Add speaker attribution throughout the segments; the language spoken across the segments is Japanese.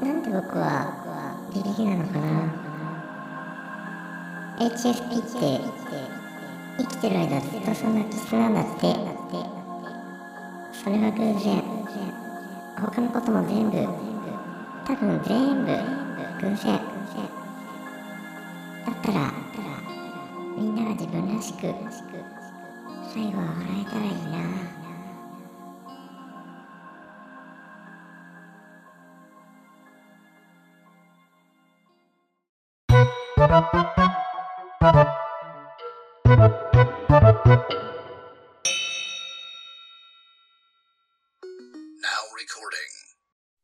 Speaker 1: なんで僕は自力なのかな HSP って生きてる間ずっとそんな気質なんだってそれは偶然他のことも全部多分全部偶然だったらみんなが自分らしく最後は笑えたらいいな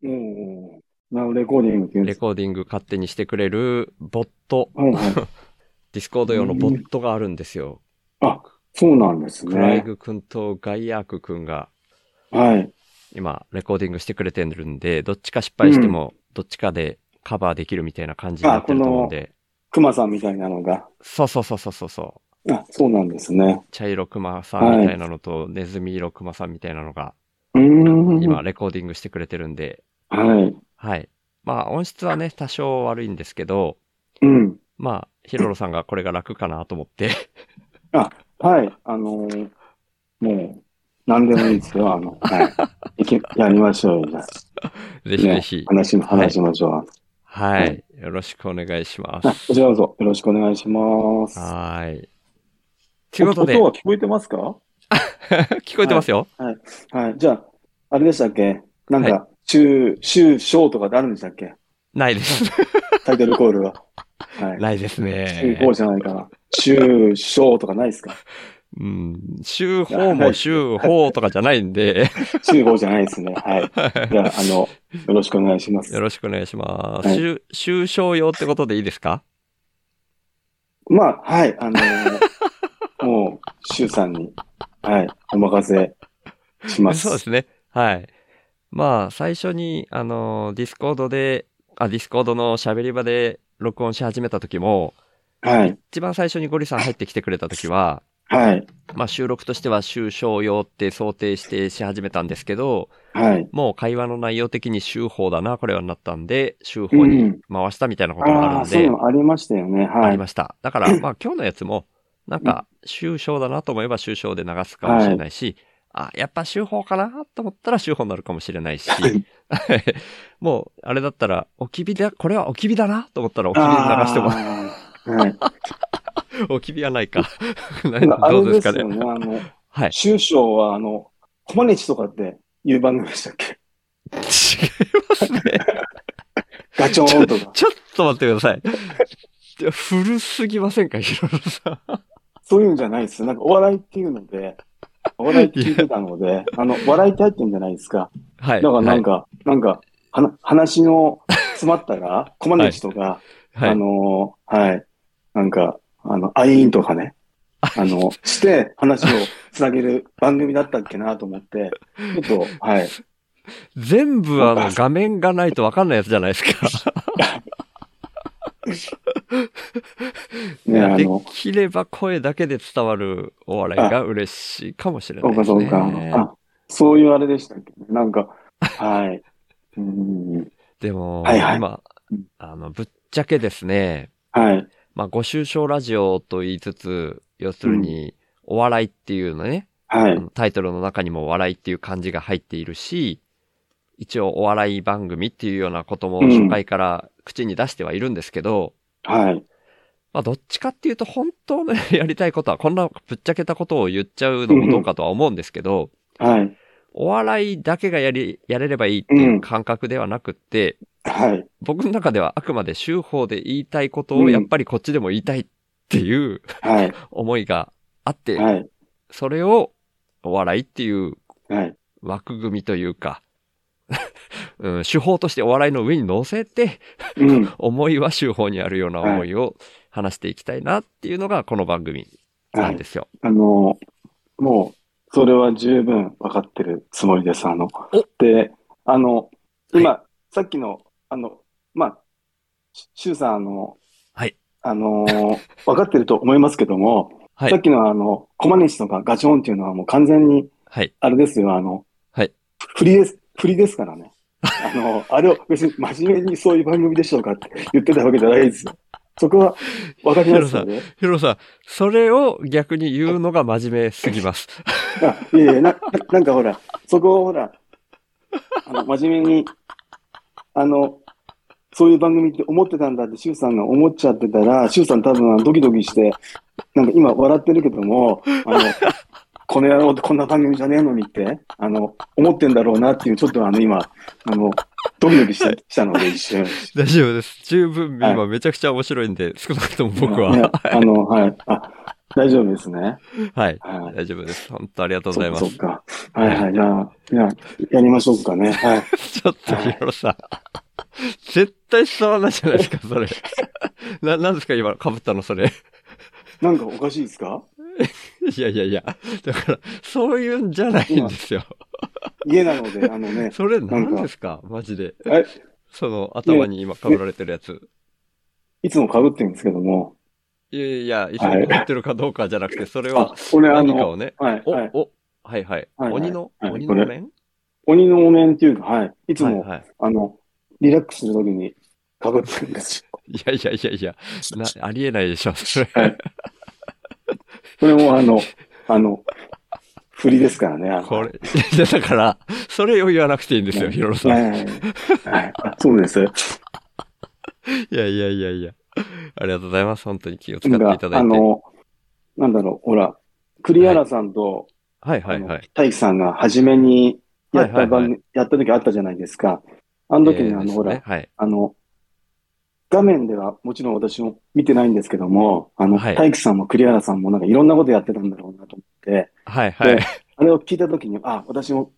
Speaker 2: ええなおレコーディングっていうんで
Speaker 3: レ
Speaker 2: す
Speaker 3: コーディング勝手にしてくれるボット、
Speaker 2: はいはい。
Speaker 3: ディスコード用のボットがあるんですよ。
Speaker 2: あ、そうなんです
Speaker 3: クライ
Speaker 2: ね。
Speaker 3: グ君とガイアーク君が
Speaker 2: はい。
Speaker 3: 今レコーディングしてくれてるんで、どっちか失敗してもどっちかでカバーできるみたいな感じになってると思うんで。
Speaker 2: 熊さんみたいなのが。
Speaker 3: そうそうそうそうそうそう。
Speaker 2: あ、そうなんですね。
Speaker 3: 茶色クマさんみたいなのと、ネズミ色クマさんみたいなのが
Speaker 2: うーん。
Speaker 3: 今レコーディングしてくれてるんで、
Speaker 2: はい。
Speaker 3: はい。まあ音質はね、多少悪いんですけど、
Speaker 2: うん。
Speaker 3: まあ、ヒロロさんがこれが楽かなと思って、
Speaker 2: はい。あのーもう、何でもいいですよ。あの、 はい。いけ、やりましょうよ。じゃあ
Speaker 3: ぜひぜひ
Speaker 2: ね、話し、話しましょう。
Speaker 3: はい。よろしくお願いしま
Speaker 2: あ、
Speaker 3: す。
Speaker 2: こちらこそ、よろしくお願いします。
Speaker 3: はーい。ということで
Speaker 2: 音、は聞こえてますかは
Speaker 3: 聞こえてますよ。
Speaker 2: い。じゃあ、あれでしたっけなん
Speaker 3: は
Speaker 2: か、週、週、章とかであるんでしたっけ
Speaker 3: ない です。
Speaker 2: タイトルコールは。 はい。
Speaker 3: ないです
Speaker 2: 週報
Speaker 3: ね。
Speaker 2: じゃないかな。週、章とかないですか
Speaker 3: うん。週報も週報とかじゃないんで、
Speaker 2: 週報じゃないですね。はい。じゃあ、あの、よろしくお願いします
Speaker 3: よ。ろしくお願いします。
Speaker 2: はい
Speaker 3: 週、週商用ってことでいいですか
Speaker 2: まあ、はい、あのーもう、週さんに、はい、お任せします。
Speaker 3: そうですね。はい。まあ、最初に、あの、ディスコードで、あ、ディスコードの喋り場で録音し始めた時も、
Speaker 2: はい、
Speaker 3: 一番最初にゴリさん入ってきてくれた時は、
Speaker 2: はい、
Speaker 3: まあ収録としては週商用って想定してし始めたんですけど、
Speaker 2: はい。
Speaker 3: もう会話の内容的に週報だな、これはなったんで、週報に回したみたいなこともあ
Speaker 2: あ
Speaker 3: る
Speaker 2: あ、
Speaker 3: ん
Speaker 2: そう
Speaker 3: で、
Speaker 2: いうのありましたよね。
Speaker 3: あ
Speaker 2: は
Speaker 3: り
Speaker 2: い。
Speaker 3: ました。だから、 まあ今日のやつも、なんか、週章だなと思えば週章で流すかもしれないし、あ、やっぱ週報かなと思ったら週報になるかもし れないし、もう、あれだったら、おきびだ、これはおきびだなと思ったらおきびで流しても、
Speaker 2: もはい。
Speaker 3: おきびはな いか。
Speaker 2: あ
Speaker 3: どう
Speaker 2: れで
Speaker 3: で
Speaker 2: す
Speaker 3: か
Speaker 2: す
Speaker 3: ね
Speaker 2: よ。ね、あの、
Speaker 3: はい。
Speaker 2: 週章は、あの、コマネチとかっていう番組でしたっけ
Speaker 3: 違いますね。
Speaker 2: ガチョーンとか。
Speaker 3: ちょっと待ってください。いや古すぎませんか、ヒロロさん。
Speaker 2: そういうんじゃないです。なんかお笑いっていうので、お笑いって聞いてたので、あの、笑いって入ってるんじゃないですか。
Speaker 3: はい。
Speaker 2: だからなん
Speaker 3: か、
Speaker 2: か、なんか、はな話の詰まったら、コマネチとか、
Speaker 3: はい
Speaker 2: あのーはい。なんか、あの、アイーンとかね。あの、して、話をつなげる番組だったっけなと思って、ちょっと、はい。
Speaker 3: 全部あの画面がないと分かんないやつじゃないですか。
Speaker 2: ね、あ
Speaker 3: で
Speaker 2: の、
Speaker 3: きれば声だけで伝わるお笑いが嬉しいかもしれな
Speaker 2: そう
Speaker 3: いで
Speaker 2: か
Speaker 3: す
Speaker 2: そう
Speaker 3: ね。
Speaker 2: か。あ、そういうあれでしたっけね。なんか、はい。うん、
Speaker 3: でも、
Speaker 2: はいはい
Speaker 3: 今
Speaker 2: うん、
Speaker 3: あの、ぶっちゃけですね、
Speaker 2: はい。
Speaker 3: まあ、ご愁傷ラジオと言いつつ、要するに、お笑いっていうのね、
Speaker 2: は
Speaker 3: あ
Speaker 2: い。
Speaker 3: のタイトルの中にもお笑いっていう漢字が入っているし、一応お笑い番組っていうようなことも
Speaker 2: うん
Speaker 3: 初回から口に出してはいるんですけど、
Speaker 2: はい。
Speaker 3: まあどっちかっていうと本当の やりたいことはこんなぶっちゃけたことを言っちゃうのもどうかとは思うんですけど、
Speaker 2: はい。
Speaker 3: お笑いだけがやり、やれればいいっていう感覚ではなくって、
Speaker 2: はい。
Speaker 3: 僕の中ではあくまで修法で言いたいことをやっぱりこっちでも言いたいっていう
Speaker 2: はい。
Speaker 3: 思いがあって、
Speaker 2: はい。
Speaker 3: それをお笑いっていう
Speaker 2: はい。
Speaker 3: 枠組みというか、 うん、手法としてお笑いの上に乗せて、
Speaker 2: うん。
Speaker 3: 思いは手法にあるような思いを話していきたいなっていうのがこの番組
Speaker 2: は
Speaker 3: ないんで。すよ。
Speaker 2: あの、もう、それは十分分かってるつもりです。あの
Speaker 3: お、
Speaker 2: で、あの、今、さっきの、あの、まあ、しシュウさん、あの、
Speaker 3: はい
Speaker 2: あのー、分かってると思いますけども、
Speaker 3: はい
Speaker 2: さっきのあの、コマネチとかガチョンっていうのはもう完全に、
Speaker 3: はい。
Speaker 2: あれですよ、あの、
Speaker 3: はい
Speaker 2: 振りです、振りですからね。あの、あれを別に真面目にそういう番組でしょうかって言ってたわけじゃないですよ。そこは分かりますよね。
Speaker 3: ヒロさん、それを逆に言うのが真面目すぎます。
Speaker 2: あいえいえ、な、 なんかほら、そこをほら、あの、真面目に、あの、そういう番組って思ってたんだって、シュウさんが思っちゃってたら、シュウさん多分ドキドキして、なんか今笑ってるけども、あの、この野郎ってこんな番組じゃねえのにって、あの、思ってんだろうなっていう、ちょっとあの今、あの、ドキドキしたしたので一瞬。
Speaker 3: 大丈夫です。十分、
Speaker 2: はい
Speaker 3: 今めちゃくちゃ面白いんで、少なくとも僕
Speaker 2: ね
Speaker 3: は。
Speaker 2: あの、はい。あ、大丈夫ですね。
Speaker 3: はい。
Speaker 2: はい。
Speaker 3: 大丈夫です。本当ありがとうご
Speaker 2: そ
Speaker 3: ざ
Speaker 2: っ
Speaker 3: い
Speaker 2: かそ
Speaker 3: ま
Speaker 2: っ
Speaker 3: す。
Speaker 2: か。はいはい。じゃあ、じゃあやりましょうかね。はい。
Speaker 3: ちょっとヒロさん。絶対伝わらないじゃないですか、 それ。な、なんですか今、被ったの、それ。
Speaker 2: なんかおかしいですか
Speaker 3: いやいやいや。だから、そういうんじゃないんですよ。
Speaker 2: 家なので、あの ね、
Speaker 3: それ何ですかマジで。
Speaker 2: え
Speaker 3: その頭に今被られてるやつ。
Speaker 2: いつも被ってるんですけども、
Speaker 3: いやいやいや、一緒に被ってるかどうかじゃなくて、それ
Speaker 2: あ
Speaker 3: は、
Speaker 2: 俺あ
Speaker 3: 何かを
Speaker 2: の、
Speaker 3: ね。
Speaker 2: はい、
Speaker 3: お、
Speaker 2: はい、
Speaker 3: お、はいはい。
Speaker 2: はいはい
Speaker 3: 鬼の、
Speaker 2: はい
Speaker 3: 鬼
Speaker 2: こ
Speaker 3: の
Speaker 2: れ
Speaker 3: 面
Speaker 2: 鬼のお面っていうか、はい、いつも、
Speaker 3: はいはい。
Speaker 2: あの、リラックスするときに被ってるんですよ。
Speaker 3: いやいやいやいや、な、ありえないでしょ、それ。
Speaker 2: はいこれもあ の、あの、振りですからね。あの
Speaker 3: これ。いやだから、それを言わなくていいんですよ、ヒロロさ
Speaker 2: は
Speaker 3: ん。
Speaker 2: い、はいはいあそうです。
Speaker 3: いやいやいやいや。ありがとうございます。本当に気を使っ
Speaker 2: な
Speaker 3: て
Speaker 2: ん
Speaker 3: いただい
Speaker 2: か、
Speaker 3: て。
Speaker 2: あの、なんだろう、ほら、栗原さんと、
Speaker 3: はいは
Speaker 2: あ
Speaker 3: い
Speaker 2: の
Speaker 3: はい。
Speaker 2: 大樹さんが初めにやっ
Speaker 3: は
Speaker 2: た
Speaker 3: いはいはい
Speaker 2: 番、やった時あったじゃないですか。あの時にあ
Speaker 3: えーで
Speaker 2: の、
Speaker 3: す
Speaker 2: ほ
Speaker 3: ね
Speaker 2: ら、
Speaker 3: はい。
Speaker 2: あの、画面ではもちろん私も見てないんですけども、あの、
Speaker 3: はい
Speaker 2: 大樹さんも栗原さんもなんかいろんなことやってたんだろうなと思って、
Speaker 3: はいはい
Speaker 2: で。あれを聞いた時に、あ、私も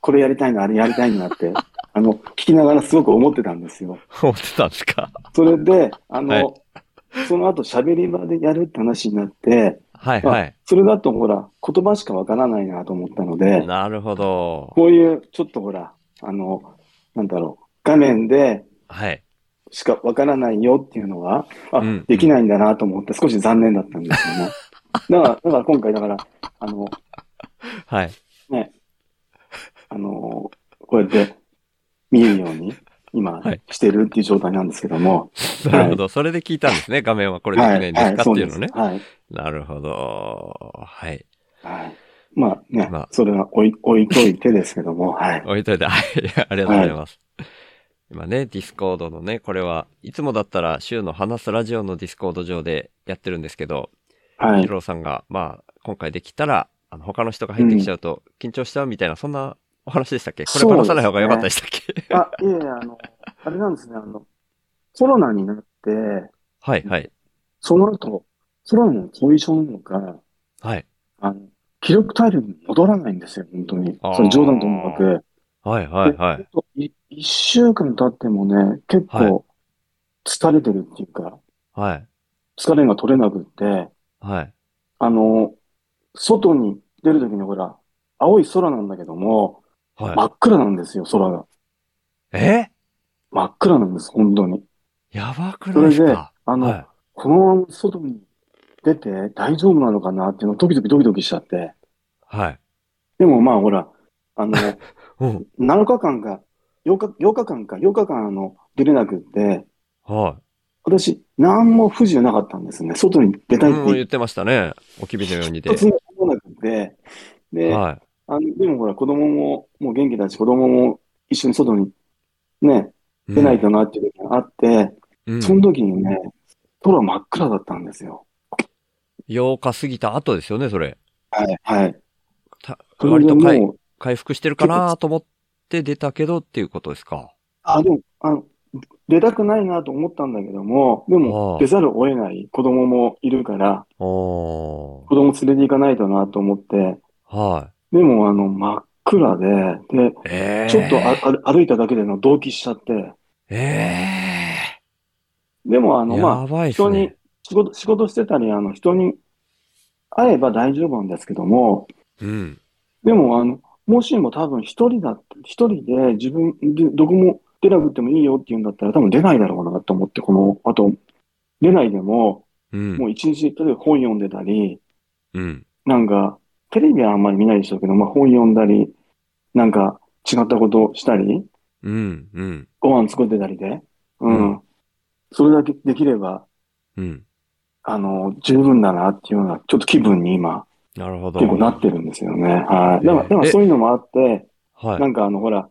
Speaker 2: これやりたいな、あれやりたいなって、 あの、聞きながらすごく思ってたんですよ。
Speaker 3: 思ってたんですか。
Speaker 2: それで、あの、
Speaker 3: はい
Speaker 2: その後喋り場でやるって話になって、
Speaker 3: はいはい。
Speaker 2: それだとほら、言葉しかわからないなと思ったので、
Speaker 3: なるほど。
Speaker 2: こういう、ちょっとほら、あの、なんだろう、画面で
Speaker 3: はい。
Speaker 2: しかわからないよっていうのは、あ、
Speaker 3: うん
Speaker 2: できないんだなと思って、少し残念だったんですよ ね。だから、だから今回、だから、あの、
Speaker 3: はい。
Speaker 2: ね、あの、こうやって見えるように、今
Speaker 3: はい、
Speaker 2: してるっていう状態なんですけども。
Speaker 3: なるほど。それで聞いたんですね。画面はこれでき
Speaker 2: は
Speaker 3: ないんですかっていうのね。
Speaker 2: はい、はい
Speaker 3: なるほど。はい。
Speaker 2: そうですはい。はいまあね、
Speaker 3: まあ
Speaker 2: それは置い 置いといてですけども、はい。
Speaker 3: 置いといて、はい。ありがとうございます。今ね、ディスコードのね、これはいつもだったら週の話すラジオのディスコード上でやってるんですけど、
Speaker 2: はい。
Speaker 3: ヒロさんが、まあ、今回できたら、あの、他の人が入ってきちゃうと緊張しちゃうみたいな、そんなお話でしたっけこれ
Speaker 2: そうですね
Speaker 3: 話さない方が良かったでしたっけ、
Speaker 2: あ、いえいえ、あの、あれなんですね、あの、コロナになって、
Speaker 3: はい、はい。
Speaker 2: その後、ソロの後遺症なのか、
Speaker 3: はい。
Speaker 2: あの、気力体力に戻らないんですよ、本当に
Speaker 3: あー。
Speaker 2: それ冗談ともなく。
Speaker 3: はい、はい、はい。
Speaker 2: い一週間経ってもね、結
Speaker 3: はい
Speaker 2: 構、疲れてるっていうか、
Speaker 3: はい。
Speaker 2: 疲れが取れなくって、
Speaker 3: はい。
Speaker 2: あの、外に出るときにほら、青い空なんだけども、真
Speaker 3: は
Speaker 2: っ暗なんですよ、空が。
Speaker 3: い。え
Speaker 2: 真っ暗なんです、本当に。
Speaker 3: やばくないですか
Speaker 2: あの、
Speaker 3: は
Speaker 2: このまま外に出て大丈夫なのかなっていうのをドキドキドキドキしちゃって。
Speaker 3: い。はい。
Speaker 2: でもまあほら、あの、
Speaker 3: うん。
Speaker 2: 7日間か、8日、8日間か、8日間あの、出れなくって、
Speaker 3: はい。
Speaker 2: 私、何も不自由なかったんですね。外に出たいっ
Speaker 3: うん、言
Speaker 2: て
Speaker 3: ってましたね。おきびのようにで
Speaker 2: 一。つも思わなくて、で、
Speaker 3: は
Speaker 2: あのでもほら、子供ももう元気だし、子供も一緒に外にね、
Speaker 3: い。
Speaker 2: 出ないとなっていう時があって、
Speaker 3: うん。うん
Speaker 2: その時にね、空真っ暗だったんですよ。
Speaker 3: 8日過ぎた後ですよね、それ。
Speaker 2: はい、はい。
Speaker 3: た
Speaker 2: それ
Speaker 3: 割
Speaker 2: で
Speaker 3: と回
Speaker 2: もう、
Speaker 3: 回復してるかなと思って出たけどっていうことですか。
Speaker 2: あ、でも、あの、出たくないなと思ったんだけども、で
Speaker 3: ああ
Speaker 2: も、出ざるを得ない子供もいるから、
Speaker 3: おー。
Speaker 2: 子供連れて行かないとなと思って、
Speaker 3: は
Speaker 2: でも、あの、真っ暗で、
Speaker 3: い。
Speaker 2: で、
Speaker 3: えー。
Speaker 2: ちょっとあ、あ歩いただけでの動悸しちゃって、
Speaker 3: え
Speaker 2: でも、あ
Speaker 3: え
Speaker 2: の、
Speaker 3: ー。
Speaker 2: ま
Speaker 3: やば
Speaker 2: あ、
Speaker 3: いっす
Speaker 2: 人に
Speaker 3: ね。、
Speaker 2: 仕事、仕事してたり、あの、人に会えば大丈夫なんですけども、
Speaker 3: うん。
Speaker 2: でも、あの、もしも多分一人だ、一人で自分で、どこも出なくてもいいよって言うんだったら、多分出ないだろうなと思って、この、あと、出ないでも、
Speaker 3: うん。
Speaker 2: もう一日、例えば本読んでたり、
Speaker 3: うん。
Speaker 2: なんか、テレビはあんまり見ないでしょうけど、まあ本読んだり、なんか違ったことをしたり、
Speaker 3: うん、うん、
Speaker 2: ご飯作ってたりで。うん。
Speaker 3: う
Speaker 2: それだけできれば、
Speaker 3: うん。
Speaker 2: あの、十分だなっていうような、ちょっと気分に今、
Speaker 3: なるほど。
Speaker 2: 結構なってるんですよね。はい。だから、だから
Speaker 3: え
Speaker 2: そういうのもあって、
Speaker 3: はい。
Speaker 2: なんかあの、ほら、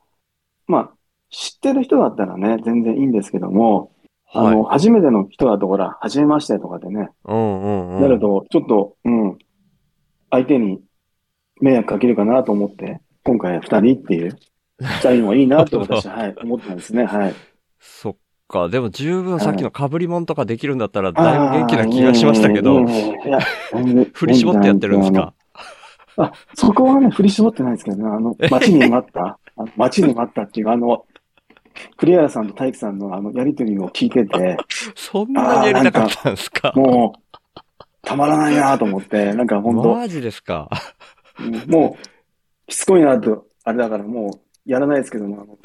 Speaker 2: まあ、知ってる人だったらね、全然いいんですけども、あの、
Speaker 3: はい。
Speaker 2: 初めての人だと、ほら、初めましてとかでね、
Speaker 3: うん、うん、うん。
Speaker 2: なると、ちょっと、うん、相手に迷惑かけるかなと思って、今回二人っていう、二人もいいなと私 は、はい、思ったんですね。はい。
Speaker 3: そっか。でも十分
Speaker 2: はい
Speaker 3: さっきの被り物とかできるんだったら、だいぶ元気な気がしましたけ
Speaker 2: あー
Speaker 3: ど、
Speaker 2: いえいえいえ いや
Speaker 3: 振り絞ってやってるんですか。
Speaker 2: あ、そこはね、振り絞ってないですけどね、 あの、待ちに待った、あの待ちに待ったっていう、あの、栗原さんと大樹さんのあの、やりとりを聞いてて、
Speaker 3: そんなにやりたかったんですか
Speaker 2: もう、たまらないなと思って、なんか本
Speaker 3: マジですか
Speaker 2: 当、うんもう、しつこいなと、あれだからもう、やらないですけど も、あの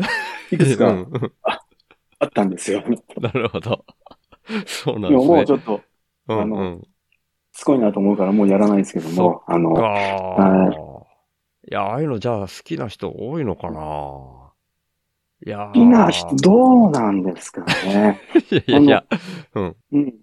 Speaker 2: いくつ
Speaker 3: う
Speaker 2: か
Speaker 3: んうん
Speaker 2: あったんですよ。
Speaker 3: なるほど。そうな
Speaker 2: で
Speaker 3: ん
Speaker 2: も
Speaker 3: です
Speaker 2: も
Speaker 3: ね
Speaker 2: うち。ょっと、
Speaker 3: うん
Speaker 2: あの
Speaker 3: うん
Speaker 2: しつこいなと思うからもうやらないですけども、あの、
Speaker 3: ああ。いや、ああいうのじゃあ好きな人多いのかないやー
Speaker 2: 好きな人、どうなんですか ね。
Speaker 3: いやいやいや。
Speaker 2: うん。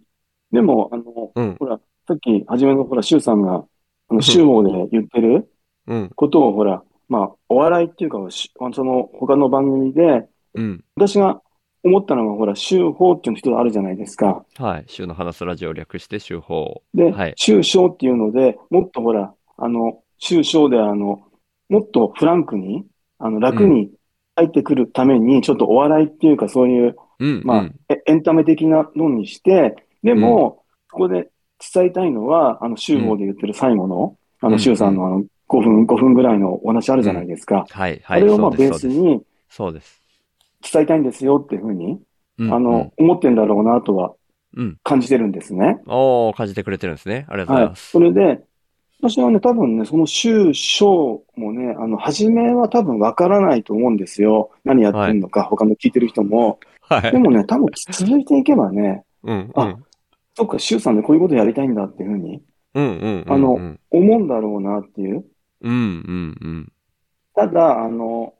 Speaker 2: でも、あの、
Speaker 3: うん、
Speaker 2: ほら、さっき、初めのほら、周さんが、あ
Speaker 3: ん
Speaker 2: の、周防で言ってる
Speaker 3: うん、
Speaker 2: ことを、ほら、まあ、お笑いっていうか、しその、他の番組で、
Speaker 3: うん。
Speaker 2: 私が思ったのは、ほら、周法っていう人あるじゃないですか。
Speaker 3: はい。週の話すラジオを略して、週報。
Speaker 2: で
Speaker 3: はい、
Speaker 2: 周章っていうので、もっとほら、あの、周章で、あの、もっとフランクに、あの、楽に入ってくるために、ちょっとお笑いっていうか、そういう、
Speaker 3: うん、
Speaker 2: まあ
Speaker 3: うん。
Speaker 2: えエンタメ的なのにして、でも、ここで伝えたいのは、あの、集合で言ってる最後の、あ
Speaker 3: う
Speaker 2: の、
Speaker 3: ん
Speaker 2: 周さんのあの、5分、5分ぐらいのお話あるじゃないですか。
Speaker 3: はい、は
Speaker 2: あ
Speaker 3: い。
Speaker 2: れをま
Speaker 3: そ
Speaker 2: あ
Speaker 3: うで
Speaker 2: ベ
Speaker 3: す、
Speaker 2: ース
Speaker 3: そうです。
Speaker 2: に
Speaker 3: そうです。
Speaker 2: 伝えたいんですよっていうふうに、
Speaker 3: あ
Speaker 2: あの、、思ってんだろうなとは
Speaker 3: うんうん。
Speaker 2: 感じてるんですね。
Speaker 3: おー、感じてくれてるんですね。ありがとうござい
Speaker 2: は
Speaker 3: ま
Speaker 2: い。
Speaker 3: す。
Speaker 2: それで、私はね、多分ね、その周章もね、あの、初めは多分わからないと思うんですよ。何やってんのか、他の聞いてる人も。
Speaker 3: は
Speaker 2: で
Speaker 3: い。
Speaker 2: もね、多分続いていけばね、
Speaker 3: うん、う
Speaker 2: あ
Speaker 3: ん。
Speaker 2: そっか、周さんでこういうことやりたいんだっていうふうに
Speaker 3: うん、うん。
Speaker 2: あの
Speaker 3: うん、
Speaker 2: 思うんだろうなっていう。
Speaker 3: うん、うん。
Speaker 2: ただ、あの、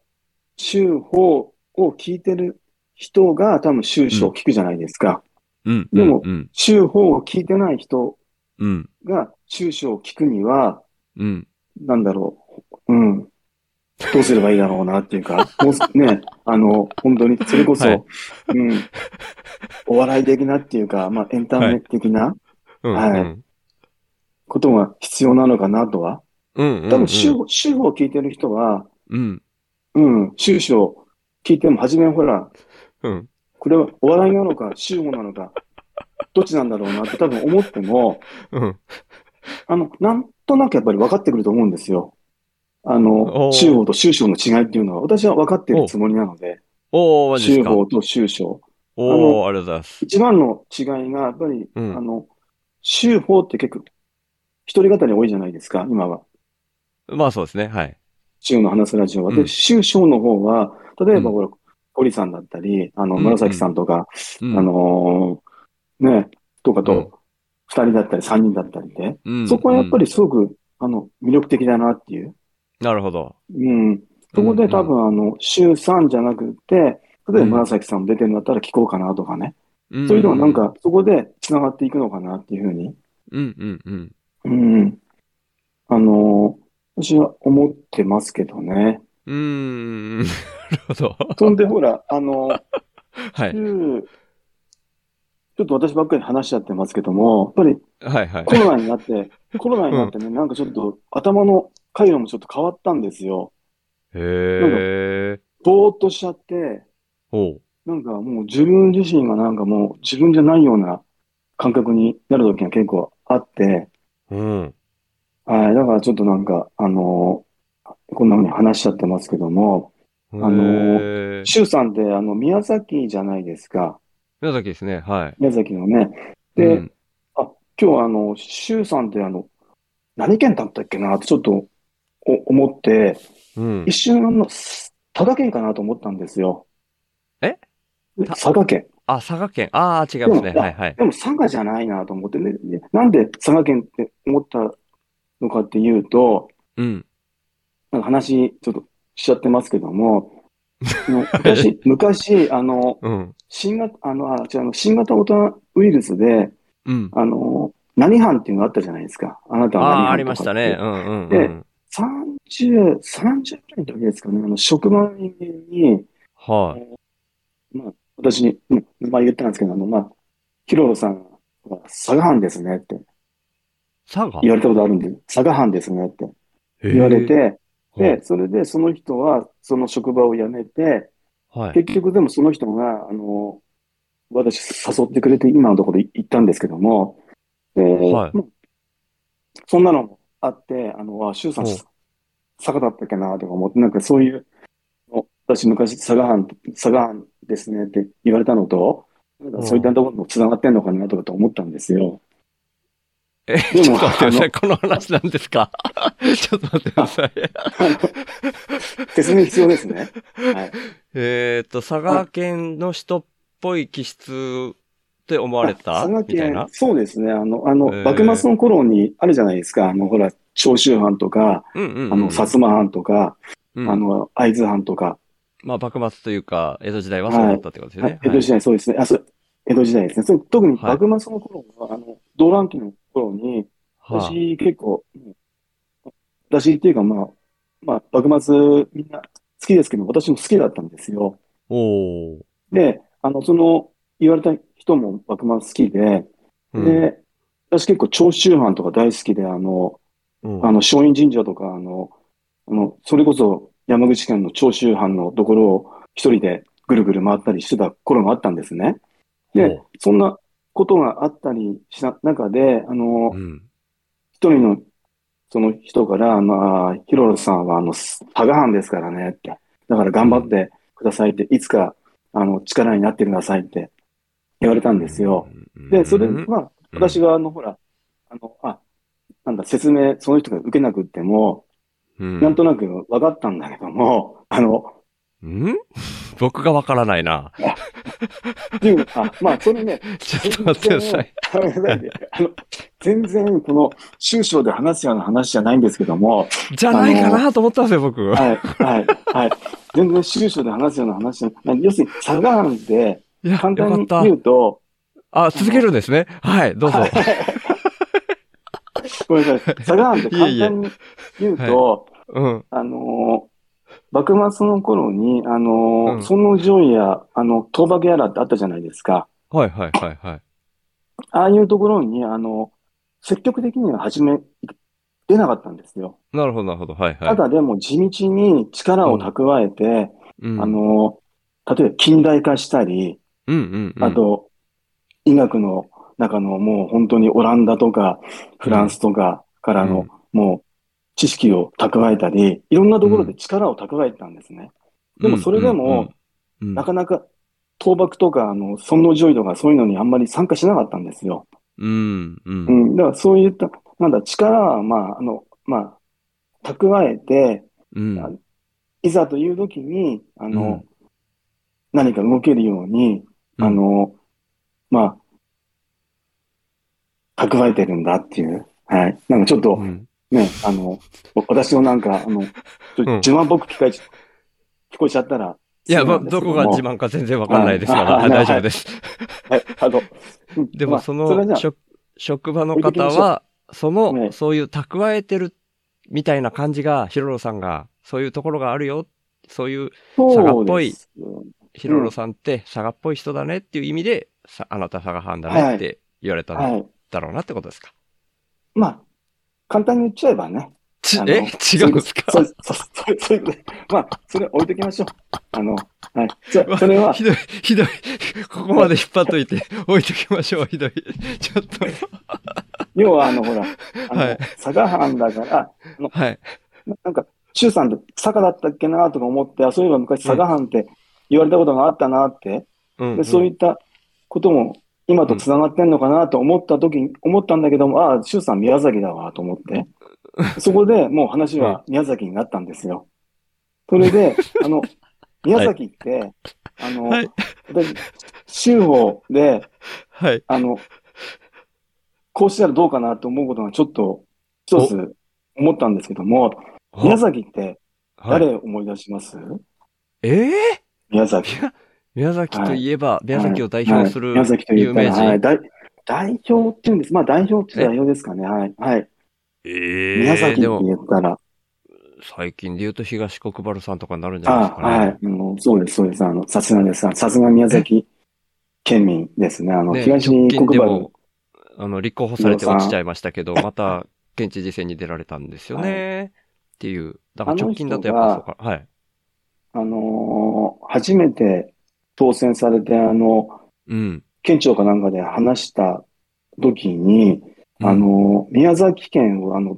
Speaker 2: 週法を聞いてる人が多分週書を聞くじゃないですか。
Speaker 3: うん。
Speaker 2: でも
Speaker 3: うん、
Speaker 2: 週法を聞いてない人
Speaker 3: うん、
Speaker 2: が週書を聞くには、
Speaker 3: うん。
Speaker 2: なんだろう。うん。どうすればいいだろうなっていう か、もうすね、あの、本当に、それこそ、
Speaker 3: はい
Speaker 2: うん。お笑い的なっていうか、まあ、エンタメ的な
Speaker 3: うん、
Speaker 2: はい
Speaker 3: うん
Speaker 2: ことが必要なのかなとは。
Speaker 3: うん。うん
Speaker 2: 多分、週、週法を聞いてる人は、
Speaker 3: うん、
Speaker 2: うん、収支を聞いても、初めほら、
Speaker 3: うん。
Speaker 2: これはお笑いなのか、集合なのか、どっちなんだろうなって多分思っても、
Speaker 3: うん。
Speaker 2: あの、なんとなくやっぱり分かってくると思うんですよ。あ
Speaker 3: おー
Speaker 2: の、集合と収支の違いっていうのは、私は分かってるつもりなので、
Speaker 3: おー、マジで
Speaker 2: 集
Speaker 3: すか。
Speaker 2: 合と収支。
Speaker 3: おー、ありがとうございます。
Speaker 2: 一番の違いが、やっぱり、
Speaker 3: うん
Speaker 2: あの、集合って結構、一人語り多いじゃないですか、今は。
Speaker 3: まあそうですね、はい。
Speaker 2: 週の話すラジオは。
Speaker 3: うん
Speaker 2: で、週章の方は、例えば
Speaker 3: うん
Speaker 2: ほら、堀さんだったり、あの、
Speaker 3: うん
Speaker 2: 紫さんとか、
Speaker 3: うん
Speaker 2: あのーね、とか
Speaker 3: うん
Speaker 2: と、二人だったり三人だったりで、
Speaker 3: うん
Speaker 2: そこはやっぱ
Speaker 3: うん
Speaker 2: りすごく、あの、魅力的だなっていう。
Speaker 3: なるほど。
Speaker 2: うん。そこで多分、あの、週三じゃなくて、例えば紫さんも出てるんだったら聞こうかなとかね。
Speaker 3: うん、
Speaker 2: そういうのはなんか、そこで繋がっていくのかなっていうふうに、
Speaker 3: うん、うん、うん。
Speaker 2: うん。あのー私は思ってますけどね。
Speaker 3: うーん、 なるほど。
Speaker 2: そんでほ ら、あのー
Speaker 3: はい、
Speaker 2: 週ちょっと私ばっかり話しちゃってますけども、やっぱり
Speaker 3: はい、はい
Speaker 2: コ。ロナになって、 コロナになってね、なんかちょっと頭の回路もちょっと変わったんですよ。
Speaker 3: へー。
Speaker 2: ぼーっとしちゃって、
Speaker 3: おう。
Speaker 2: なんかもう自分自身がなんかもう自分じゃないような感覚になる時が結構あって、
Speaker 3: うん。
Speaker 2: はい、だからちょっとなんか、あのーこんな風に話しちゃってますけども、
Speaker 3: あ
Speaker 2: の
Speaker 3: ー、
Speaker 2: 周さんってあの宮崎じゃないですか。
Speaker 3: 宮崎ですね、はい。
Speaker 2: 宮崎のね。で、
Speaker 3: うん
Speaker 2: 今日あの、周さんってあの、何県だったっけなってちょっとお思って、
Speaker 3: うん
Speaker 2: 一。瞬、あの、す佐賀県かなと思ったんですよ。
Speaker 3: え
Speaker 2: で
Speaker 3: た
Speaker 2: 佐賀県。
Speaker 3: あ、佐賀県。ああ、違いますね。
Speaker 2: でも
Speaker 3: はいはい。
Speaker 2: でも佐賀じゃないなと思って、ね、でなんで佐賀県って思ったのかっていうと、
Speaker 3: うん。
Speaker 2: なんか話ちょっとしちゃってますけども、あの昔、昔、あの、
Speaker 3: うん。
Speaker 2: 新型、あの、あ、違う、あの新型オタウイルスで、
Speaker 3: うん。
Speaker 2: あの、何班っていうのがあったじゃないですか。あなた
Speaker 3: あ
Speaker 2: は何
Speaker 3: あ
Speaker 2: 班
Speaker 3: ー、ありましたね。
Speaker 2: と
Speaker 3: う
Speaker 2: か
Speaker 3: んうんう
Speaker 2: で
Speaker 3: ん。
Speaker 2: 30、30くらいの時ですかね。あの、職場に、
Speaker 3: はい。
Speaker 2: 私に、うん前言ったんですけど、あの、まあ、ヒロロさんは佐賀藩ですねって
Speaker 3: 佐賀
Speaker 2: 言われたことあるんで、佐賀藩ですねって言われ、て、
Speaker 3: へー
Speaker 2: で、それでその人はその職場を辞めて、
Speaker 3: はい。
Speaker 2: 結局でもその人が、あの、私誘ってくれて今のところで行ったんですけども、え
Speaker 3: はい
Speaker 2: そんなのもあって、あの、あ、周さん
Speaker 3: お、
Speaker 2: 坂だったっけなとか思って、なんかそういう、お私昔佐賀藩、佐賀藩ですねって言われたのと、なんかそういったところも繋がってんのかなとかと思ったんですよ。
Speaker 3: え、ち
Speaker 2: で
Speaker 3: ょ
Speaker 2: も
Speaker 3: っと待ってください。この話なんですか ちょっと待ってください。
Speaker 2: 説明必要ですね。はい。
Speaker 3: えっと、佐賀県の人っぽい気質って思われ
Speaker 2: あ
Speaker 3: た
Speaker 2: 佐賀
Speaker 3: みたい
Speaker 2: 県
Speaker 3: な。、
Speaker 2: そうですね。あの、あの、
Speaker 3: へー
Speaker 2: 幕末の頃にあるじゃないですか。あの、ほら、長州藩とか、
Speaker 3: うんうんうん。
Speaker 2: あの、薩摩藩とか、
Speaker 3: うん
Speaker 2: あの、会津藩とか、
Speaker 3: まあ、幕末というか、江戸時代はそうだったってことですよ
Speaker 2: はい
Speaker 3: ね。
Speaker 2: 江戸時代、そうですね。あ、そう、江戸時代ですね。そう特に
Speaker 3: はい
Speaker 2: 幕末の頃は、あの、動乱期の頃に、
Speaker 3: はいはい
Speaker 2: 私結構、うん私っていうかまあ、まあ、幕末みんな好きですけど、私も好きだったんですよ。
Speaker 3: おー。
Speaker 2: で、あの、その、言われた人も幕末好きで、
Speaker 3: うん
Speaker 2: で、私結構長州藩とか大好きで、あの、
Speaker 3: うん
Speaker 2: あの、松陰神社とか、あの、あの、それこそ山口県の長州藩のところを一人でぐるぐる回ったりしてた頃があったんですね。で
Speaker 3: ほ、
Speaker 2: そんなことがあったりした中で、あの
Speaker 3: う、ん。
Speaker 2: 一人のその人から、まあ、ヒロロさんはあの、佐賀藩ですからねって、だから頑張ってくださいって、いつか、あの、力になってくださいって言われたんですよ。
Speaker 3: うん。
Speaker 2: で、それ
Speaker 3: うん
Speaker 2: は、私があの、ほら、あの、あ、なんだ、説明、その人が受けなくっても、
Speaker 3: うん
Speaker 2: なんとなく分かったんだけども、あの、
Speaker 3: ん 僕がわからないな。
Speaker 2: っていうあ、まあ、それね、
Speaker 3: ちょっと待ってください。
Speaker 2: 全然あの、全然、この、終章で話すような話じゃないんですけども、
Speaker 3: じゃないかなと思ったんですよ、僕。
Speaker 2: はい、はい、はい。全然終章で話すような話じゃない。要するに、佐賀藩で、
Speaker 3: いや、
Speaker 2: 簡単
Speaker 3: よか
Speaker 2: に
Speaker 3: った
Speaker 2: 言。うと、
Speaker 3: あ、続けるんですね。はい、どうぞ。
Speaker 2: ごめんなさい、佐賀藩って簡単に言う
Speaker 3: いえいえ
Speaker 2: と、
Speaker 3: うん。
Speaker 2: あのー、幕末の頃に、あ
Speaker 3: う
Speaker 2: の
Speaker 3: ん
Speaker 2: ー、その上位や、あの、倒幕やらってあったじゃないですか。
Speaker 3: はいはいはいはい。
Speaker 2: ああいうところに、あの、積極的には始め、出なかったんですよ。
Speaker 3: なるほどなるほど。はいはい。
Speaker 2: ただでも地道に力を蓄えて、
Speaker 3: うん、
Speaker 2: あ、の、例えば近代化したり、
Speaker 3: うんうん、うん。
Speaker 2: あ、と、医学の中のもう本当にオランダとかフランスとかから
Speaker 3: う
Speaker 2: の
Speaker 3: ん
Speaker 2: もう知識を蓄えたり、いろんなところで力を蓄えてたんですね。でもそれでも、
Speaker 3: うんうん
Speaker 2: なかなか倒幕とか、あの、尊王攘夷とかそういうのにあんまり参加しなかったんですよ。
Speaker 3: うん、うん、
Speaker 2: う
Speaker 3: うん。
Speaker 2: ん、だからそういった、なんだ、力は、まあ、あの、まあ、蓄えて、
Speaker 3: うん。
Speaker 2: いざという時に、あの、何か動けるように、
Speaker 3: うん
Speaker 2: あの、まあ、蓄えてるんだっていう。はい。なんかちょっと
Speaker 3: う、ん
Speaker 2: ね、あの、わ私のなんか、あの、ち
Speaker 3: うん
Speaker 2: ょ自慢っぽく聞かえち、聞こえちゃったら、
Speaker 3: いや、
Speaker 2: ま
Speaker 3: ま、どこが自慢か全然わかんないですか
Speaker 2: は
Speaker 3: ら、
Speaker 2: い
Speaker 3: 大丈夫です。
Speaker 2: はい、あの、うん
Speaker 3: で
Speaker 2: ま
Speaker 3: も
Speaker 2: あ
Speaker 3: そ
Speaker 2: れじゃ
Speaker 3: の、
Speaker 2: あ
Speaker 3: 職職場の方は、そ
Speaker 2: は
Speaker 3: の、
Speaker 2: い
Speaker 3: そういう蓄えてるみたいな感じが、ヒロロさんが、そういうところがあるよ、そういう、佐賀っぽい
Speaker 2: そうです
Speaker 3: ヒロロさんって佐賀っぽい人だねっていう意味で、さあなた佐賀藩だねって言われた
Speaker 2: は
Speaker 3: ん
Speaker 2: い。
Speaker 3: だろうなってことですか。
Speaker 2: まあ、簡単に言っちゃえばね、
Speaker 3: ち
Speaker 2: あの
Speaker 3: え違うんですか
Speaker 2: そう、そう、そう、そういうことで。まあ、それ置いときましょう。あの、はい。じゃ
Speaker 3: う
Speaker 2: あ
Speaker 3: わ
Speaker 2: それは、
Speaker 3: ひどい、ひどい。ここまで引っ張っとい て、置いときましょう、ひどい。ちょっと。
Speaker 2: 要は、あの、ほら、あ
Speaker 3: はい
Speaker 2: の、佐賀藩だから、
Speaker 3: はい。
Speaker 2: ななんか、周さんって佐賀だったっけなとか思って、あ、そういえば昔佐賀藩って言われたことがあったなって、
Speaker 3: うん、
Speaker 2: でそういったことも今と繋がってんのかなと思った時に、思ったんだけども、ああ、周さん宮崎だわと思って、そこでもう話は宮崎になったんですよ。それ で、あの、宮崎って、あの、
Speaker 3: はい
Speaker 2: 私、州法で、
Speaker 3: はい。
Speaker 2: あの、こうしたらどうかなと思うことがちょっと一つ思ったんですけども、宮崎って
Speaker 3: はい
Speaker 2: 誰思い出します、
Speaker 3: ええ
Speaker 2: 宮崎。
Speaker 3: 宮崎といえば、宮崎を代
Speaker 2: は
Speaker 3: 表
Speaker 2: い
Speaker 3: する
Speaker 2: 宮崎とい
Speaker 3: 有
Speaker 2: うか、
Speaker 3: 名
Speaker 2: は
Speaker 3: 人
Speaker 2: い。。代代表っていうんです。まあ代表って代表ですかね。はい。はい。
Speaker 3: え
Speaker 2: 宮崎って
Speaker 3: でも、
Speaker 2: 言ったら、
Speaker 3: 最近で言うと東国原さんとかになるんじゃないです
Speaker 2: あ、
Speaker 3: かね。
Speaker 2: はい。もうそうです、そうです。あの、さすがです。さすが宮崎県民ですね。あの、
Speaker 3: ね、
Speaker 2: 東
Speaker 3: 直
Speaker 2: 国
Speaker 3: 近で
Speaker 2: 原
Speaker 3: も、あの、立候補されて落ちちゃいましたけど、また、県知事選に出られたんですよね。っていう。だから直近だとやっぱそうか。はい。
Speaker 2: あのー初めて当選されて、あの、
Speaker 3: うん。
Speaker 2: 県庁かなんかで話した時に、
Speaker 3: うん
Speaker 2: あ、のー宮崎県を、あの、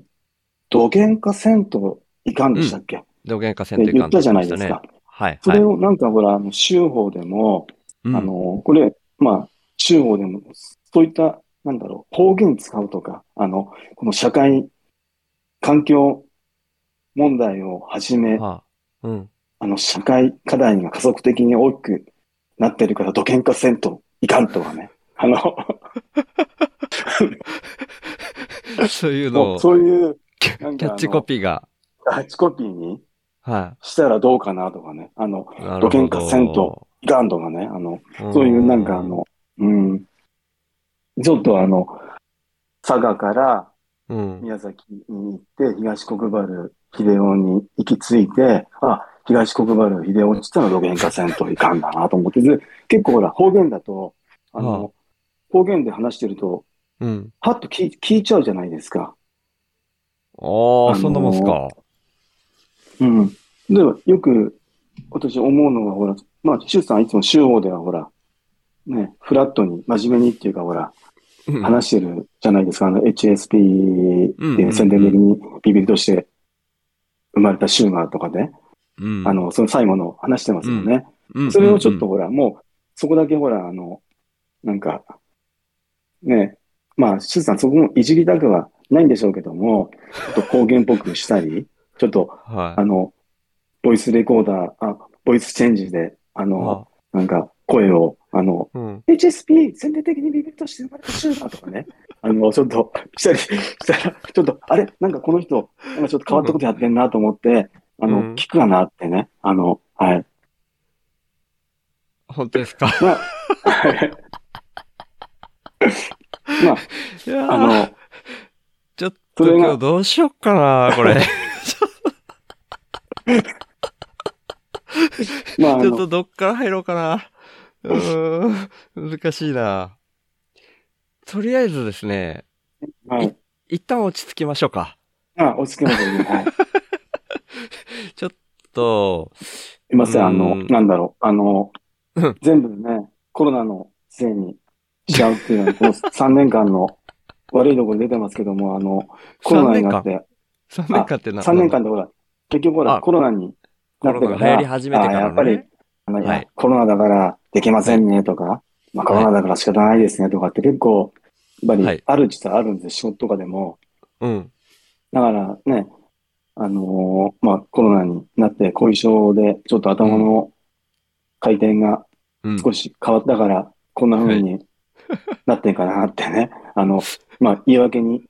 Speaker 2: 土源化せんといかんでしたっけっ
Speaker 3: 道玄化選
Speaker 2: て
Speaker 3: という
Speaker 2: 言
Speaker 3: 感
Speaker 2: ったじゃない
Speaker 3: し
Speaker 2: で
Speaker 3: た
Speaker 2: す
Speaker 3: ね
Speaker 2: か。。
Speaker 3: はい。
Speaker 2: そ
Speaker 3: はい
Speaker 2: れ。をなんかほら、あの、州法でも、あ
Speaker 3: あ
Speaker 2: のーこれ、まあ、州法でも、そういった、なんだろう、方言使うとか、あの、この社会、環境問題をはじめ、
Speaker 3: はあ、うん。
Speaker 2: あの、社会課題が加速的に大きくなってるから、土建化せんといかんとはね。 あの、
Speaker 3: そういうのを、
Speaker 2: そういう
Speaker 3: キャ
Speaker 2: なんかあの
Speaker 3: キャッチコピーが。
Speaker 2: キャッチコピーに
Speaker 3: は
Speaker 2: したらどうかなとかね。あの、
Speaker 3: い。な
Speaker 2: 土
Speaker 3: るほど。
Speaker 2: 建化せんといかんとかね。あの、そういうなんかあの、うん。ちょっとあの、佐賀から
Speaker 3: うん、うん。
Speaker 2: 宮崎に行って、東国原秀夫に行き着いて、あ、東国原秀夫って言ったら土源化せんといかんだなと思って、ず結構ほら、方言だと、あ
Speaker 3: ああ
Speaker 2: の、方言で話してると、
Speaker 3: うん。
Speaker 2: はっと聞い聞いちゃうじゃないですか。
Speaker 3: あ
Speaker 2: あのー
Speaker 3: あ、そんなもんすか。
Speaker 2: うん。で、よく、私思うのが、ほら、まあ、シュウさんいつも週報ではほら、ね、フラットに、真面目にっていうか、ほら、
Speaker 3: うん
Speaker 2: 話してるじゃないですか。あの、HSP
Speaker 3: うん
Speaker 2: っていう宣伝的にビビりとして生まれたシューガーとかで、
Speaker 3: うん
Speaker 2: あ、の、その最後の話してますよね。
Speaker 3: うん
Speaker 2: それをちょっと、ほら、もう、そこだけほら、あの、なんか、ね、まあ、シュウさんそこもいじりたくはないんでしょうけども、ちょっと方言っぽくした り、ちょっと、
Speaker 3: うんは
Speaker 2: あの、ボイスレコーダー、あ、ボイスチェンジで、あ
Speaker 3: い。
Speaker 2: の、なんか、声を、あの、
Speaker 3: あうん。
Speaker 2: HSP 宣伝的にビビッとして生まれたシューターとか ね、あの、ちょっと、したり、したら、ちょっと、あれなんかこの人、なんかちょっと変わったことやってんなと思って、あの、
Speaker 3: うん
Speaker 2: 聞くかなってね、あの、はい。
Speaker 3: 本当ですか。
Speaker 2: まあ、はいまあ、
Speaker 3: いや
Speaker 2: あ
Speaker 3: ー
Speaker 2: の、
Speaker 3: ちょっ
Speaker 2: そ
Speaker 3: と
Speaker 2: れが
Speaker 3: 今日どうしよっか な、これ。
Speaker 2: まあ、あ
Speaker 3: ちょっと
Speaker 2: の、
Speaker 3: どっから入ろうかな。うーん、難しいな。とりあえずですね、
Speaker 2: はい。
Speaker 3: 一旦落ち着きましょうか。
Speaker 2: あ、落ち着きましたね。はい。
Speaker 3: と、
Speaker 2: すいません、あの、
Speaker 3: うん
Speaker 2: なんだろう、あの
Speaker 3: うん、
Speaker 2: 全部ね、コロナのせいにしちゃうっていうのは、 この3年間の悪いところ出てますけども、あの、コロナになって、
Speaker 3: 3年間ってな、
Speaker 2: 3年間でほら、結局ほら、
Speaker 3: あ
Speaker 2: コロナに
Speaker 3: コロナが流行り始めてから
Speaker 2: あ
Speaker 3: の
Speaker 2: やっぱり
Speaker 3: ね。、
Speaker 2: あのいや
Speaker 3: はい
Speaker 2: コロナだからできませんねとか、まあ、コロナだから仕方ないですねとかって結構、やっぱ
Speaker 3: は
Speaker 2: り
Speaker 3: い
Speaker 2: ある実はあるんです、仕事とかでも。
Speaker 3: うん。
Speaker 2: だからね、あのーまあ、コロナになって後遺症でちょっと頭の回転が
Speaker 3: うん。
Speaker 2: 少し変わったから、こんな風になってんかなってね、 あの、まあ、言い訳に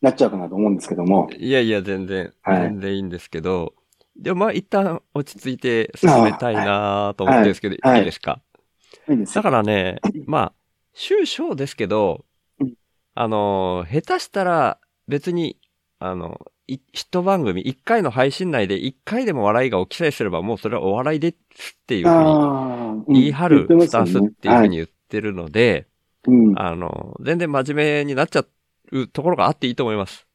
Speaker 2: なっちゃうかなと思うんですけども、
Speaker 3: いやいや、全然、
Speaker 2: はい
Speaker 3: 全然いいんですけど、でもまあ一旦落ち着いて進めたいなと思ってるんですけど、
Speaker 2: はいはい
Speaker 3: いいですか
Speaker 2: いいです
Speaker 3: だ
Speaker 2: よ。
Speaker 3: からね、まあ、終章ですけど
Speaker 2: うん、
Speaker 3: あの、下手したら別に、あの、い一番組、一回の配信内で一回でも笑いが起きさえすればもうそれはお笑いですっていうふうに
Speaker 2: ああ、
Speaker 3: 言い張る
Speaker 2: うん言
Speaker 3: スタンスっていうふうに言ってるので、
Speaker 2: てますよね
Speaker 3: あの、全然真面目になっちゃうところがあっていいと思います。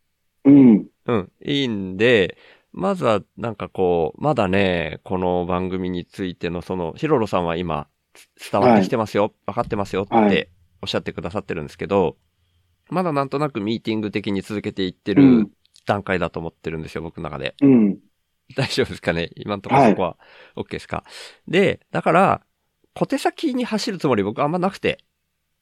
Speaker 2: はいうん。うん。
Speaker 3: うん、いいんで、まずは、なんかこう、まだね、この番組についての、その、ヒロロさんは今、つ伝わってきてますよ、分かってますよ
Speaker 2: は
Speaker 3: っ
Speaker 2: い
Speaker 3: ておっしゃってくださってるんですけど、まだなんとなくミーティング的に続けていって
Speaker 2: う
Speaker 3: る
Speaker 2: ん
Speaker 3: 段階だと思ってるんですよ、僕の中で。
Speaker 2: うん。
Speaker 3: 大丈夫ですかね今のところそこは OK ですか、で、だから、小手先に走るつもり僕あんまなくて、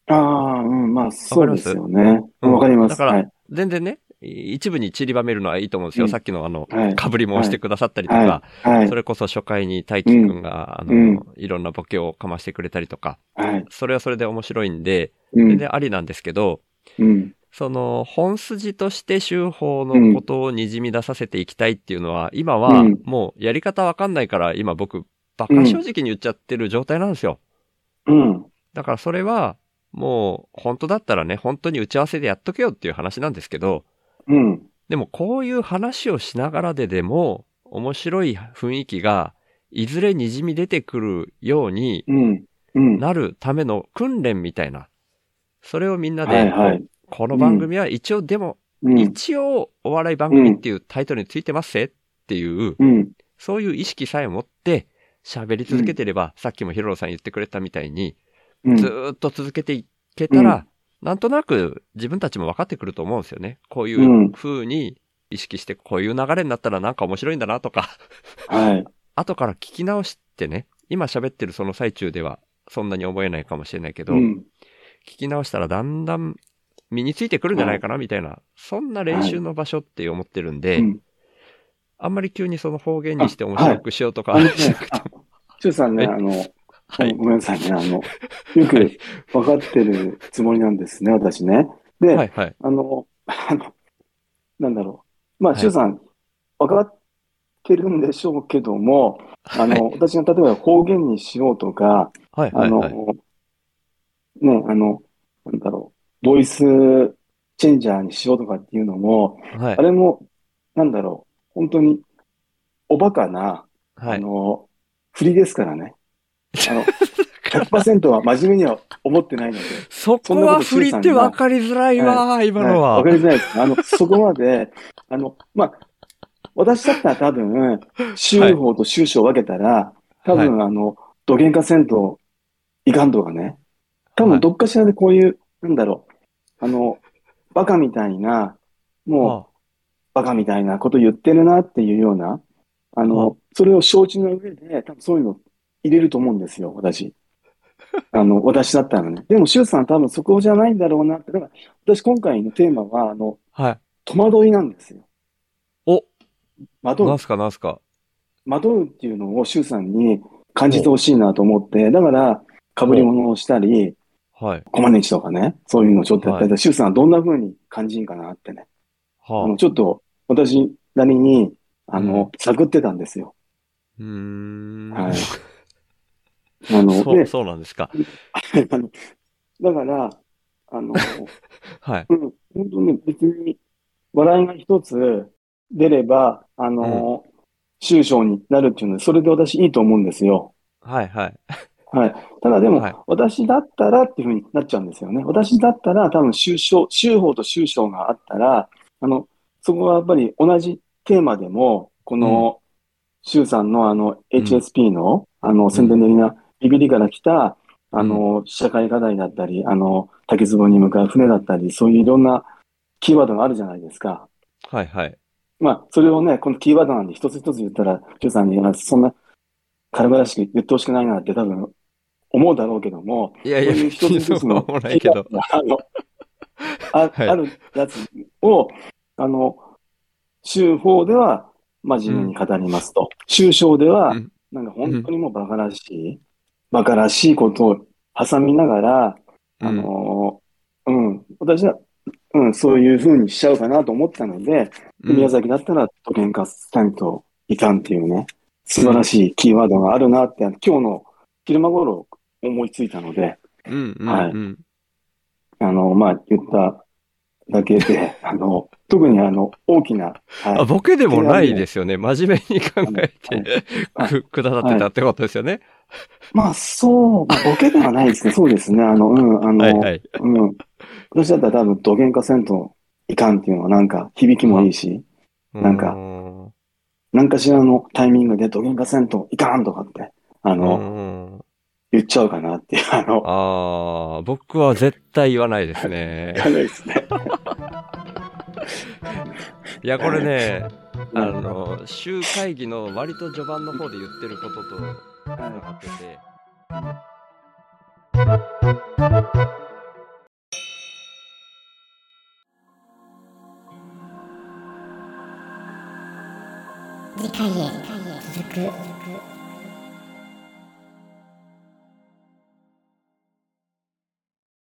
Speaker 2: ああ、うん、まあ、そうですよね。
Speaker 3: うん
Speaker 2: わかります。
Speaker 3: だから
Speaker 2: はい。
Speaker 3: 全然ね、一部に散りばめるのはいいと思うんですよ。
Speaker 2: うん
Speaker 3: さっきのあの、
Speaker 2: はい。
Speaker 3: 被りもしてくださったりとか、
Speaker 2: はい。はい
Speaker 3: そ。れこそ初回に大輝くんが、あの、
Speaker 2: うん
Speaker 3: いろんなボケをかましてくれたりとか、
Speaker 2: はい。
Speaker 3: それはそれで面白いんで、
Speaker 2: う
Speaker 3: 全
Speaker 2: ん。
Speaker 3: 然ありなんですけど、
Speaker 2: うん。
Speaker 3: その、本筋として修法のことをにじみ出させていきたいっていうのは、今は
Speaker 2: うん
Speaker 3: もうやり方わかんないから、今僕バカ正直に言っちゃってる状態なんですよ。
Speaker 2: うん。
Speaker 3: だからそれは、もう、本当だったらね、本当に打ち合わせでやっとけよっていう話なんですけど、
Speaker 2: うん。
Speaker 3: でもこういう話をしながらででも、面白い雰囲気が、いずれ滲み出てくるように
Speaker 2: うん。うん。
Speaker 3: なるための訓練みたいな。それをみんな
Speaker 2: はい
Speaker 3: で、
Speaker 2: はい。
Speaker 3: この番組は一応でも、
Speaker 2: うん。
Speaker 3: 一応お笑い番組っていうタイトルについてますぜっていう、
Speaker 2: うん。
Speaker 3: そういう意識さえ持って喋り続けてれば、さっきもヒロロさん言ってくれたみたいに、
Speaker 2: うん
Speaker 3: ず。ーっと続けていけたら、なんとなく自分たちも分かってくると思うんですよね。こうい
Speaker 2: うん
Speaker 3: う風に意識して、こういう流れになったらなんか面白いんだなとか、
Speaker 2: はい。
Speaker 3: 後から聞き直してね、今喋ってるその最中ではそんなに思えないかもしれないけど、
Speaker 2: うん。
Speaker 3: 聞き直したらだんだん身についてくるんじゃないかなみたいな、そんな練習の場所って思ってるんで、
Speaker 2: うん
Speaker 3: あんまり急にその方言にして面白くしようとか
Speaker 2: あのね
Speaker 3: しなくても、、
Speaker 2: シュウさんね、あの、
Speaker 3: はい
Speaker 2: ごめんなさいね、あの、よ
Speaker 3: は
Speaker 2: く
Speaker 3: い
Speaker 2: 分かってるつもりなんですね、私ね。で、
Speaker 3: はいはい。
Speaker 2: あの、あの、なんだろう。まあ、
Speaker 3: はい
Speaker 2: シュウさん、分かってるんでしょうけども、あの、私が例えば方言にしようとか、
Speaker 3: はい
Speaker 2: あ
Speaker 3: はい
Speaker 2: の、
Speaker 3: はい。
Speaker 2: ね、あの、なんだろう、ボイスチェンジャーにしようとかっていうのも、
Speaker 3: はい
Speaker 2: あれも、なんだろう、本当に、おバカな、
Speaker 3: は
Speaker 2: あ
Speaker 3: い。
Speaker 2: の、振りですからね。あ の、100%は真面目には思ってないので。
Speaker 3: そ
Speaker 2: そん
Speaker 3: こ
Speaker 2: なこ
Speaker 3: は
Speaker 2: と
Speaker 3: 振りって分かりづらいわ、今の
Speaker 2: はいわ
Speaker 3: は
Speaker 2: か。りづらいです。あの、 そこまで、あの、まあ、私だったら多分、州法と州省を分けたら、多分、あの、土幻化せんといかんとかね。多
Speaker 3: は
Speaker 2: 分、
Speaker 3: い
Speaker 2: どっかしらでこういう、なんだろう、あの、バカみたいな、もう、
Speaker 3: あ
Speaker 2: バカみたいなこと言ってるなっていうような、あ
Speaker 3: はあ
Speaker 2: の、それを承知の上で、多分そういうの入れると思うんですよ、 私。あの、私だったらね。でも、シュウさん多分そこじゃないんだろうなって。だから、私今回のテーマは、あの、
Speaker 3: はい。
Speaker 2: 戸惑いなんですよ。
Speaker 3: お
Speaker 2: 惑
Speaker 3: な
Speaker 2: う、
Speaker 3: んすかなんすか。
Speaker 2: 惑うっていうのをシュウさんに感じてほしいなと思って、だから、被り物をしたり、
Speaker 3: はい。
Speaker 2: コマネチとかね、そういうのをちょっとやったり、シュウさんはどんな風に感じんかなってね。あ
Speaker 3: は
Speaker 2: の、
Speaker 3: あ。
Speaker 2: ちょっと、私なりに、あ
Speaker 3: うん
Speaker 2: の、探ってたんですよ。
Speaker 3: うーん。
Speaker 2: はい。あの、
Speaker 3: そう、
Speaker 2: で、
Speaker 3: そうなんですか。
Speaker 2: あのだから、あ の、
Speaker 3: はい。
Speaker 2: うん、本当に別に、笑いが一つ出れば、あの、終章になるっていうので、それで私いいと思うんですよ。
Speaker 3: はいはい。
Speaker 2: はい。ただでも、
Speaker 3: はい
Speaker 2: 私だったらっていうふうになっちゃうんですよね。私だったら、多分、終章、終法と終章があったら、あの、そこはやっぱり同じテーマでも、この、周さんのあの、
Speaker 3: ん
Speaker 2: HSP の、あの、宣伝的なビビリから来た、あの、社会課題だったり、あの、竹壺に向かう船だったり、そういういろんなキーワードがあるじゃないですか。
Speaker 3: はいはい。
Speaker 2: まあ、それをね、このキーワードなんで一つ一つ言ったら、周さんに、あそんな、軽々しく言ってほしくないなって多分、思うだろうけども、
Speaker 3: いやい
Speaker 2: そ
Speaker 3: や、
Speaker 2: ういう
Speaker 3: 別
Speaker 2: 一
Speaker 3: に
Speaker 2: つ
Speaker 3: そ
Speaker 2: ず
Speaker 3: う
Speaker 2: つ
Speaker 3: は
Speaker 2: の
Speaker 3: 思わないけど。
Speaker 2: あの、あ
Speaker 3: はい
Speaker 2: あるやつを、あの、週法では真面目に語りますと、週章では
Speaker 3: うん、
Speaker 2: なんか本当にもうバカらしい、バカらしいことを挟みながら、あの、うん、私は、うん、そういう風にしちゃうかなと思ったので、
Speaker 3: うん
Speaker 2: 宮崎だったら、都県化さんといかんっていうね、素晴らしいキーワードがあるなって、今日の昼間頃思いついたので、
Speaker 3: うんうん
Speaker 2: はい
Speaker 3: うん。
Speaker 2: あの、まあ、言っただけ で、あの、特にあの、大きな、はい
Speaker 3: あ、ボケでもないですよね。真面目に考えて
Speaker 2: はい
Speaker 3: く、くださってたってことですよね。
Speaker 2: まあ、そう、まあボケではないですね。そうですね。あの、うん、あの、
Speaker 3: はいはい。
Speaker 2: うん。私だったら多分、土幻化せんといかんっていうのは、なんか、響きもいいし、なんか
Speaker 3: うーん
Speaker 2: なんかしらのタイミングで土幻化せんといかんとかって、あ
Speaker 3: う
Speaker 2: の、
Speaker 3: ーん
Speaker 2: 言っちゃうかなっていう、あの、
Speaker 3: ああ、僕は絶対言わないですね
Speaker 2: い。かないですね。
Speaker 3: いや、これね、あの、集会議の割と序盤の方で言ってることと繋がってて、
Speaker 1: 次回へ続く。